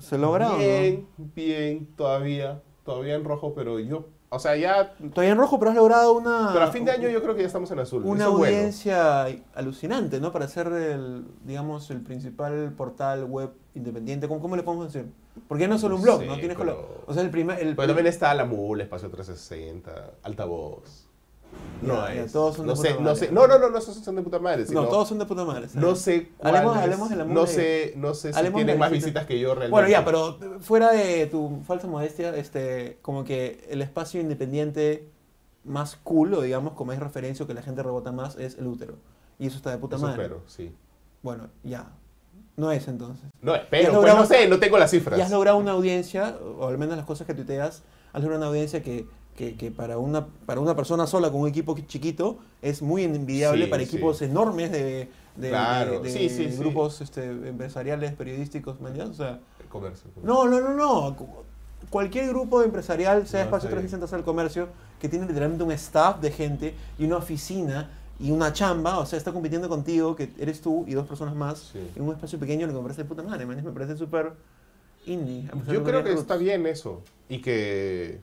Speaker 2: ¿Se logra o no?
Speaker 3: Bien, bien, todavía, todavía en rojo, pero yo, o sea, ya,
Speaker 2: Todavía en rojo, pero has logrado una.
Speaker 3: pero a fin de año yo creo que ya estamos en azul.
Speaker 2: Ah, Una
Speaker 3: Eso es bueno.
Speaker 2: audiencia alucinante, ¿no? Para ser el, digamos, el principal portal web independiente. ¿Cómo, cómo le podemos decir? Porque no es solo un
Speaker 3: No
Speaker 2: blog,
Speaker 3: sé,
Speaker 2: ¿no? Tienes que
Speaker 3: pero-
Speaker 2: lo- O sea, el primer. El,
Speaker 3: Pero también está la mula, espacio 360, altavoz. No
Speaker 2: Ya, ya,
Speaker 3: es.
Speaker 2: todos son
Speaker 3: no
Speaker 2: de
Speaker 3: sé,
Speaker 2: puta
Speaker 3: no
Speaker 2: madre.
Speaker 3: sé. No, no, no, no esos son de puta madre. Sino,
Speaker 2: no, todos son de puta madre. ¿sabes?
Speaker 3: no sé cuál
Speaker 2: Hablemos-
Speaker 3: es,
Speaker 2: hablemos de la mula.
Speaker 3: No sé, no sé si
Speaker 2: Hablemos de
Speaker 3: tienen
Speaker 2: la
Speaker 3: más
Speaker 2: visita.
Speaker 3: visitas que yo realmente.
Speaker 2: Bueno, ya, pero eh, fuera de tu falsa modestia, este, como que el espacio independiente más cool, o digamos, como es referencia o que la gente rebota más, es el útero. Y eso está de puta
Speaker 3: Eso
Speaker 2: madre.
Speaker 3: espero, sí.
Speaker 2: Bueno, ya. No es entonces.
Speaker 3: No,
Speaker 2: Ya
Speaker 3: espero.
Speaker 2: has
Speaker 3: Pues
Speaker 2: logrado-
Speaker 3: no sé, no tengo las
Speaker 2: Y has
Speaker 3: cifras.
Speaker 2: logrado una audiencia, o al menos las cosas que tuiteas, has logrado una audiencia que, que, que para, una, para una persona sola con un equipo chiquito es muy envidiable
Speaker 3: Sí,
Speaker 2: para
Speaker 3: sí.
Speaker 2: equipos enormes de, de,
Speaker 3: Claro,
Speaker 2: de- de
Speaker 3: sí, sí, sí.
Speaker 2: grupos este, empresariales, periodísticos, ¿me entiendes? O sea,
Speaker 3: El comercio. el comercio.
Speaker 2: no, no, no, no. Cu- Cualquier grupo empresarial, sea
Speaker 3: No,
Speaker 2: espacio
Speaker 3: está bien.
Speaker 2: 360 del comercio, que tiene literalmente un staff de gente y una oficina y una chamba, o sea, está compitiendo contigo, que eres tú y dos personas más,
Speaker 3: Sí.
Speaker 2: en un espacio pequeño, lo que me parece de puta madre, man, me parece súper indie. a pesar de
Speaker 3: Yo creo
Speaker 2: tenga
Speaker 3: que
Speaker 2: roots.
Speaker 3: está bien eso. Y que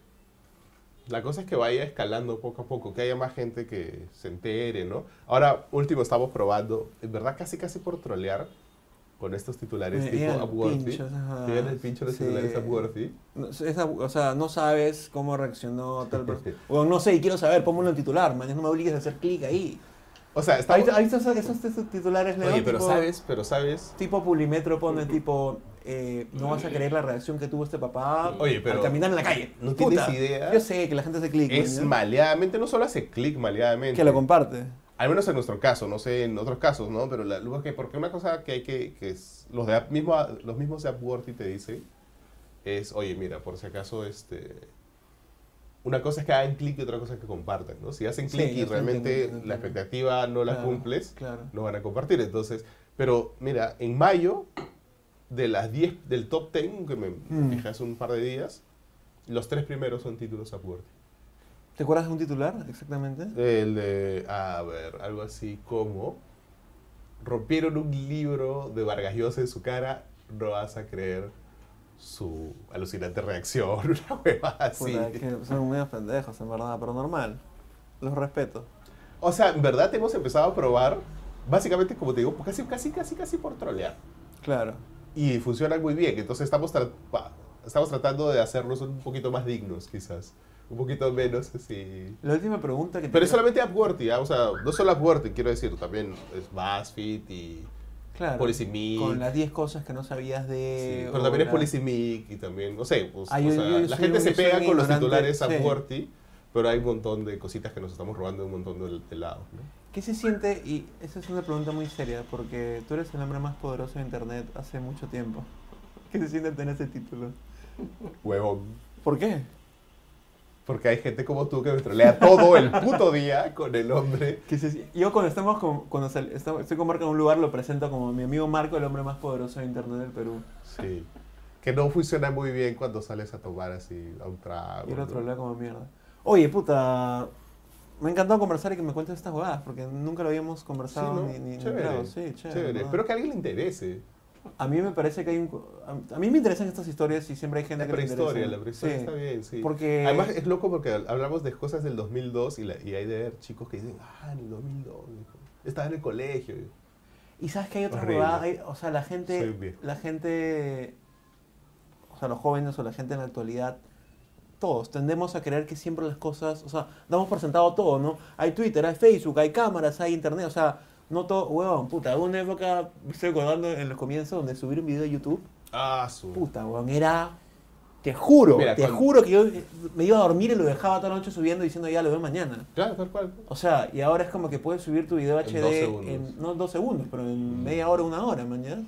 Speaker 3: la cosa es que vaya escalando poco a poco, que haya más gente que se entere, ¿no? Ahora, último, estamos probando, en verdad, casi casi por trolear con estos titulares
Speaker 2: Me
Speaker 3: tipo
Speaker 2: llegan los
Speaker 3: Upworthy.
Speaker 2: pinchos, ajá.
Speaker 3: Te llegan el pincho de los
Speaker 2: Sí.
Speaker 3: titulares Upworthy.
Speaker 2: No, esa- o sea, no sabes cómo reaccionó tal persona. O no sé, y quiero saber, pónmelo en titular, man, no me obligues a hacer clic ahí.
Speaker 3: O sea, está...
Speaker 2: ¿Has visto- has visto esos, esos- esos titulares, Leo?
Speaker 3: Oye, pero
Speaker 2: Tipo-
Speaker 3: sabes, pero sabes...
Speaker 2: Tipo Pulimetro pone tipo, eh, no vas a creer la reacción que tuvo este papá
Speaker 3: Oye, pero-
Speaker 2: al caminar en la calle.
Speaker 3: ¿no
Speaker 2: Puta,
Speaker 3: tienes idea?
Speaker 2: Yo sé que la gente hace clic.
Speaker 3: Es
Speaker 2: ¿no?
Speaker 3: maleadamente, no solo hace clic maleadamente.
Speaker 2: Que lo comparte.
Speaker 3: Al menos en nuestro caso, no sé en otros casos, ¿no? Pero la, luego que, porque una cosa que hay que, que es- los, de, App- mismo, los mismos de Upworthy te dicen es, oye, mira, por si acaso, este, una cosa es que hagan clic y otra cosa es que compartan, ¿no? Si hacen
Speaker 2: Sí,
Speaker 3: clic y
Speaker 2: yo te
Speaker 3: realmente
Speaker 2: entiendo, yo te
Speaker 3: la
Speaker 2: entiendo.
Speaker 3: expectativa no la
Speaker 2: Claro,
Speaker 3: cumples,
Speaker 2: Claro.
Speaker 3: no van a compartir. Entonces, pero mira, en mayo, de las 10, del top 10, que me
Speaker 2: Mm.
Speaker 3: fijé hace un par de días, los tres primeros son títulos Upworthy.
Speaker 2: ¿Te acuerdas de un titular exactamente?
Speaker 3: El de, a ver, algo así como, rompieron un libro de Vargas Llosa en su cara, no vas a creer su alucinante reacción, una hueva así.
Speaker 2: Puta, que son medios pendejos, en verdad, pero normal. Los respeto.
Speaker 3: O sea, en verdad hemos empezado a probar, básicamente como te digo, casi, casi, casi, casi por trolear.
Speaker 2: Claro.
Speaker 3: Y funcionan muy bien, entonces estamos, tra- pa- estamos tratando de hacernos un poquito más dignos, quizás. Un poquito menos así.
Speaker 2: La última pregunta que te
Speaker 3: Pero es
Speaker 2: quiero-
Speaker 3: solamente Upworthy, ¿ah? o sea, no solo Upworthy, quiero decir, también es BuzzFeed y...
Speaker 2: claro,
Speaker 3: Policy Meet.
Speaker 2: Con las 10 cosas que no sabías de.
Speaker 3: Sí, pero también
Speaker 2: o
Speaker 3: es
Speaker 2: la-
Speaker 3: Policimic y también, no sé, pues,
Speaker 2: Ah,
Speaker 3: o
Speaker 2: yo-
Speaker 3: sea,
Speaker 2: yo- yo soy
Speaker 3: la gente
Speaker 2: un-
Speaker 3: se
Speaker 2: yo soy
Speaker 3: pega
Speaker 2: un
Speaker 3: con los
Speaker 2: ignorante,
Speaker 3: titulares a
Speaker 2: sí.
Speaker 3: Worthy, pero hay un montón de cositas que nos estamos robando de un montón de, de lados. ¿no?
Speaker 2: ¿Qué se siente? Y esa es una pregunta muy seria, porque tú eres el hombre más poderoso de internet hace mucho tiempo. ¿Qué se siente tener ese título?
Speaker 3: Huevón.
Speaker 2: ¿Por qué?
Speaker 3: Porque hay gente como tú que me trolea todo el puto día con el hombre.
Speaker 2: Que se- yo cuando estamos con, cuando sal- estamos- estoy con Marco en un lugar lo presento como mi amigo Marco, el hombre más poderoso de internet del Perú.
Speaker 3: Sí. Que no funciona muy bien cuando sales a tomar así a un trago.
Speaker 2: Y el
Speaker 3: ¿no?
Speaker 2: otro habla como mierda. Oye, puta, me ha encantado conversar y que me cuentes estas jugadas, porque nunca lo habíamos
Speaker 3: Sí,
Speaker 2: conversado
Speaker 3: ¿no?
Speaker 2: ni, ni, ni
Speaker 3: chévere.
Speaker 2: hablado. Sí, chévere,
Speaker 3: chévere.
Speaker 2: ¿verdad?
Speaker 3: Espero que a alguien le interese.
Speaker 2: A mí me parece que hay un... co- A, a mí me interesan estas historias y siempre hay gente
Speaker 3: La
Speaker 2: que le
Speaker 3: prehistoria,
Speaker 2: interesa.
Speaker 3: la prehistoria
Speaker 2: Sí.
Speaker 3: está bien, sí.
Speaker 2: Porque-
Speaker 3: Además, es loco porque hablamos de cosas del 2002 y, la- y hay de ver chicos que dicen, ah, en el 2002, hijo, estaba en el colegio.
Speaker 2: Y sabes que hay otra
Speaker 3: Horrible.
Speaker 2: huevada, hay- o sea, la
Speaker 3: Soy
Speaker 2: gente,
Speaker 3: viejo.
Speaker 2: la gente, o sea, los jóvenes o la gente en la actualidad, todos tendemos a creer que siempre las cosas, o sea, damos por sentado todo, ¿no? Hay Twitter, hay Facebook, hay cámaras, hay internet, o sea, no todo, huevón, puta, hubo una época, me estoy acordando en los comienzos donde subir un video de YouTube,
Speaker 3: Ah, su...
Speaker 2: puta, huevón, era, te juro,
Speaker 3: Mira,
Speaker 2: te
Speaker 3: cuando-
Speaker 2: juro que yo eh, me iba a dormir y lo dejaba toda la noche subiendo diciendo ya lo veo mañana.
Speaker 3: Claro, tal cual.
Speaker 2: O sea, y ahora es como que puedes subir tu video
Speaker 3: En
Speaker 2: HD
Speaker 3: dos segundos.
Speaker 2: en no dos segundos, pero en
Speaker 3: Mm.
Speaker 2: media hora, una hora, mañana.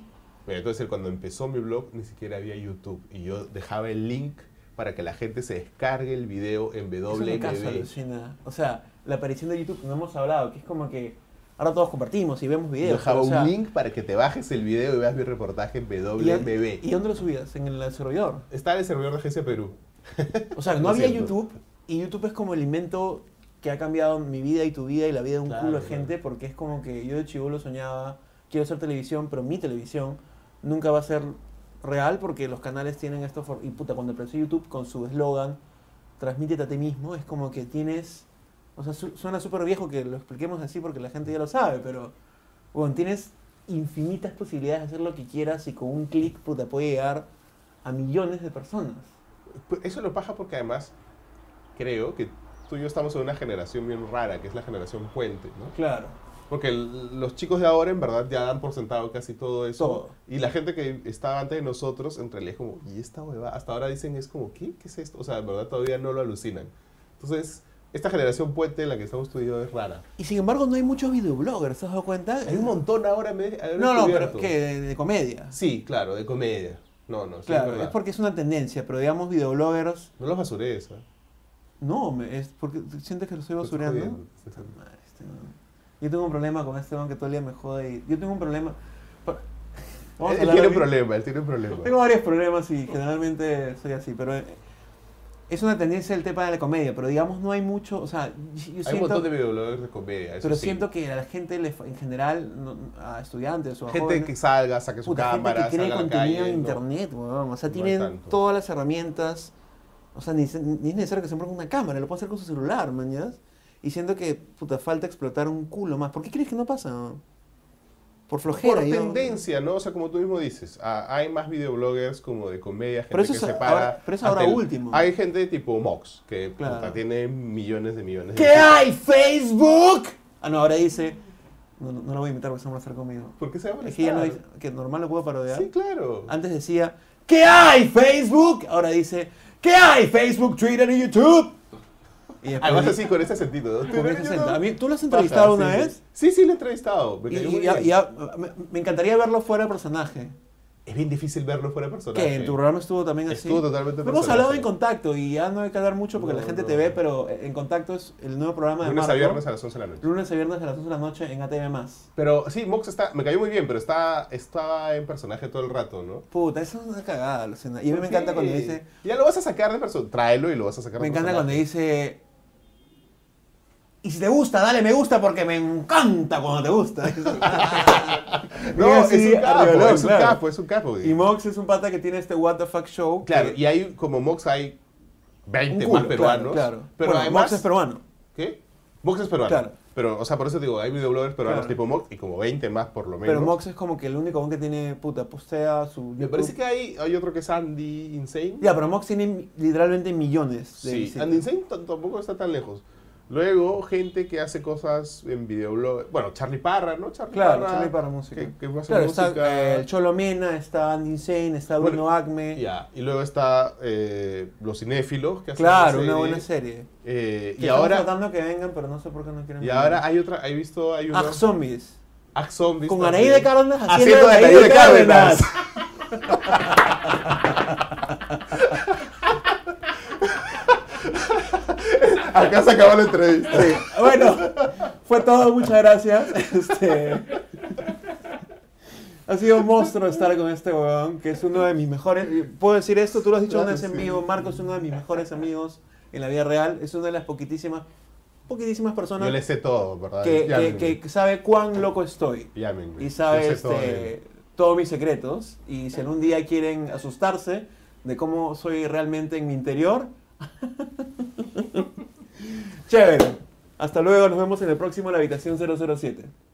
Speaker 3: Mira, entonces cuando empezó mi blog ni siquiera había YouTube y yo dejaba el link para que la gente se descargue el video en
Speaker 2: Doble caso,
Speaker 3: WMV.
Speaker 2: alucina. O sea, la aparición de YouTube, no hemos hablado, que es como que ahora todos compartimos y vemos
Speaker 3: Yo
Speaker 2: videos.
Speaker 3: dejaba
Speaker 2: pero, o sea,
Speaker 3: un link para que te bajes el video y veas mi reportaje en
Speaker 2: ¿Y,
Speaker 3: WMV.
Speaker 2: y dónde lo subías? En el desarrollador.
Speaker 3: Está en el servidor de Agencia Perú.
Speaker 2: O sea,
Speaker 3: Lo
Speaker 2: no había
Speaker 3: siento.
Speaker 2: YouTube y YouTube es como el invento que ha cambiado mi vida y tu vida y la vida de un
Speaker 3: Claro,
Speaker 2: culo de
Speaker 3: claro.
Speaker 2: gente porque es como que yo de chivolo soñaba, quiero hacer televisión, pero mi televisión nunca va a ser real porque los canales tienen esto for- y puta, cuando apareció YouTube con su eslogan transmítete a ti mismo, es como que tienes o sea, su- suena súper viejo que lo expliquemos así porque la gente ya lo sabe, pero bueno, tienes infinitas posibilidades de hacer lo que quieras y con un clic puta puede llegar a millones de personas.
Speaker 3: Pues Eso lo paja porque además creo que tú y yo estamos en una generación bien rara, que es la generación puente, ¿no?
Speaker 2: Claro.
Speaker 3: Porque el- los chicos de ahora en verdad ya dan por sentado casi todo eso.
Speaker 2: Todo.
Speaker 3: Y la gente que estaba antes de nosotros, entre lejos, como, ¿y esta hueva? Hasta ahora dicen, es como, ¿qué? ¿Qué es esto? O sea, en verdad todavía no lo alucinan. Entonces, esta generación puente en la que estamos estudiando es rara.
Speaker 2: Y sin embargo no hay muchos videobloggers, ¿te has dado cuenta?
Speaker 3: Hay un montón ahora. Me, ahora
Speaker 2: No, no, pero
Speaker 3: descubierto.
Speaker 2: que de, de comedia.
Speaker 3: Sí, claro, de comedia. No, no, sí, es
Speaker 2: claro,
Speaker 3: verdad.
Speaker 2: es porque es una tendencia, pero digamos videobloggers,
Speaker 3: No los basurees, ¿ah?
Speaker 2: no, me- es porque sientes que lo estoy
Speaker 3: Te estoy
Speaker 2: basureando.
Speaker 3: jodiendo.
Speaker 2: Puta madre, este no. Yo tengo un problema con este man que todo el día me jode. y- Yo tengo un problema. pa- Vamos a
Speaker 3: Él, él
Speaker 2: hablar
Speaker 3: tiene un
Speaker 2: ahorita-
Speaker 3: problema, él tiene un problema.
Speaker 2: Tengo varios problemas y generalmente soy así, pero eh, es una tendencia del tema de la comedia, pero digamos no hay mucho, o sea, yo
Speaker 3: Hay un
Speaker 2: siento,
Speaker 3: montón de videobloggers de comedia. eso
Speaker 2: pero
Speaker 3: sí.
Speaker 2: siento que a la gente le fa- en general, no- a estudiantes o a
Speaker 3: Gente
Speaker 2: jóvenes,
Speaker 3: que salga, saque su
Speaker 2: puta, gente
Speaker 3: cámara,
Speaker 2: que tiene
Speaker 3: salga a la
Speaker 2: contenido
Speaker 3: calle.
Speaker 2: en
Speaker 3: ¿no?
Speaker 2: internet, weón, o sea,
Speaker 3: No hay
Speaker 2: tienen
Speaker 3: tanto.
Speaker 2: todas las herramientas, o sea, ni, se- ni es necesario que se ponga una cámara, lo puede hacer con su celular, man, ¿ya? Y siento que, puta, falta explotar un culo más. ¿Por qué crees que no pasa? Por flojera.
Speaker 3: Por
Speaker 2: yo-
Speaker 3: tendencia, ¿no? O sea, como tú mismo dices, ah, hay más videobloggers como de comedia, gente
Speaker 2: Pero eso
Speaker 3: que
Speaker 2: es
Speaker 3: se
Speaker 2: a-
Speaker 3: para.
Speaker 2: ahora- pero eso ahora
Speaker 3: ante el-
Speaker 2: último.
Speaker 3: Hay gente tipo Mox, que
Speaker 2: Claro.
Speaker 3: puta, tiene millones de millones
Speaker 2: ¿Qué
Speaker 3: de
Speaker 2: hay, Facebook? Ah, no, ahora dice. No, no, no la voy a invitar porque se va a estar conmigo.
Speaker 3: ¿Por qué se va a
Speaker 2: Es que ya no dice.
Speaker 3: molestar?
Speaker 2: Que normal lo puedo parodiar.
Speaker 3: Sí, claro.
Speaker 2: Antes decía. ¿Qué hay, Facebook? Ahora dice. ¿Qué hay, Facebook, Twitter y YouTube? Y después-
Speaker 3: Además así, con ese sentido. ¿no?
Speaker 2: con ese acento. A mí- ¿Tú lo has
Speaker 3: Paja,
Speaker 2: entrevistado
Speaker 3: sí,
Speaker 2: una
Speaker 3: sí.
Speaker 2: vez?
Speaker 3: Sí, sí, lo he entrevistado. Me
Speaker 2: Y,
Speaker 3: cayó
Speaker 2: y-
Speaker 3: muy
Speaker 2: ya-
Speaker 3: bien.
Speaker 2: ya- me, me encantaría verlo fuera de personaje.
Speaker 3: Es bien difícil verlo fuera de personaje.
Speaker 2: Que en tu programa estuvo también así.
Speaker 3: Estuvo totalmente
Speaker 2: Pero Hemos hablado
Speaker 3: personaje.
Speaker 2: en contacto y ya no hay que hablar mucho porque
Speaker 3: No,
Speaker 2: la gente
Speaker 3: no.
Speaker 2: te ve, pero en contacto es el nuevo programa de
Speaker 3: Lunes a
Speaker 2: Marco.
Speaker 3: viernes a las 11 de la noche.
Speaker 2: Lunes a viernes a las 11 de la noche en ATV+.
Speaker 3: Pero sí, Mox está, me cayó muy bien, pero está, estaba en personaje todo el rato, ¿no?
Speaker 2: Puta, eso es una cagada, Luciana. Y a mí me
Speaker 3: Sí.
Speaker 2: encanta cuando dice.
Speaker 3: Ya lo vas a sacar de persona. Tráelo y lo vas a sacar
Speaker 2: Me
Speaker 3: de
Speaker 2: encanta cuando
Speaker 3: personaje.
Speaker 2: dice. Y si te gusta, dale me gusta porque me encanta cuando te gusta.
Speaker 3: No,
Speaker 2: Diga así,
Speaker 3: es un capo,
Speaker 2: arriolón,
Speaker 3: es un
Speaker 2: claro.
Speaker 3: capo, es un capo.
Speaker 2: Y Mox es un pata que tiene este What the Fuck Show.
Speaker 3: Claro,
Speaker 2: que-
Speaker 3: y hay, como Mox hay 20
Speaker 2: un culo,
Speaker 3: más
Speaker 2: Claro.
Speaker 3: peruanos.
Speaker 2: claro.
Speaker 3: Pero
Speaker 2: Bueno,
Speaker 3: además,
Speaker 2: Mox es peruano.
Speaker 3: ¿Qué? Mox es peruano.
Speaker 2: Claro.
Speaker 3: Pero, o sea, por eso digo, hay videobloggers peruanos
Speaker 2: Claro.
Speaker 3: tipo Mox y como 20 más por lo menos.
Speaker 2: Pero Mox es como que el único que tiene puta postea su.
Speaker 3: Me parece que hay, hay otro que es Andy Insane.
Speaker 2: Ya, pero Mox tiene literalmente millones de
Speaker 3: sí,
Speaker 2: visitas.
Speaker 3: Andy Insane t- tampoco está tan lejos. Luego, gente que hace cosas en videoblog. Bueno, Charlie Parra, ¿no? Charlie
Speaker 2: Claro,
Speaker 3: Parra.
Speaker 2: Charlie para música.
Speaker 3: Que, que hace
Speaker 2: claro,
Speaker 3: música.
Speaker 2: está eh, el Cholo Mena, está Andy Insane, está
Speaker 3: Bueno,
Speaker 2: Bruno Acme.
Speaker 3: Ya, Y luego está eh, Los Cinéfilos, que hacen
Speaker 2: Claro, una buena serie.
Speaker 3: Eh,
Speaker 2: Que
Speaker 3: y
Speaker 2: estamos
Speaker 3: ahora,
Speaker 2: tratando que vengan, pero no sé por qué no quieren
Speaker 3: y
Speaker 2: venir.
Speaker 3: ahora hay otra, he visto, hay una...
Speaker 2: Ag Zombies.
Speaker 3: Ag Zombies
Speaker 2: Ah, Con
Speaker 3: también.
Speaker 2: Anaí de Cárdenas haciendo,
Speaker 3: Haciendo de
Speaker 2: Anaí
Speaker 3: Anaí de
Speaker 2: de Cárdenas.
Speaker 3: Acá se acaba la entrevista.
Speaker 2: bueno, fue todo, muchas gracias. Este, ha sido un monstruo estar con este weón, que es uno de mis mejores. Puedo decir esto, tú lo has dicho una
Speaker 3: Claro,
Speaker 2: vez en
Speaker 3: sí.
Speaker 2: vivo. Marco es uno de mis mejores amigos en la vida real. Es una de las poquitísimas, poquitísimas personas
Speaker 3: Yo le sé todo, ¿verdad?
Speaker 2: que, que,
Speaker 3: Llámenme.
Speaker 2: que sabe cuán loco estoy.
Speaker 3: Llámenme.
Speaker 2: y
Speaker 3: Yo
Speaker 2: sabe
Speaker 3: sé todo
Speaker 2: este,
Speaker 3: de-
Speaker 2: todos mis secretos. Y si algún día quieren asustarse de cómo soy realmente en mi interior, chévere. Hasta luego, nos vemos en el próximo La Habitación 007.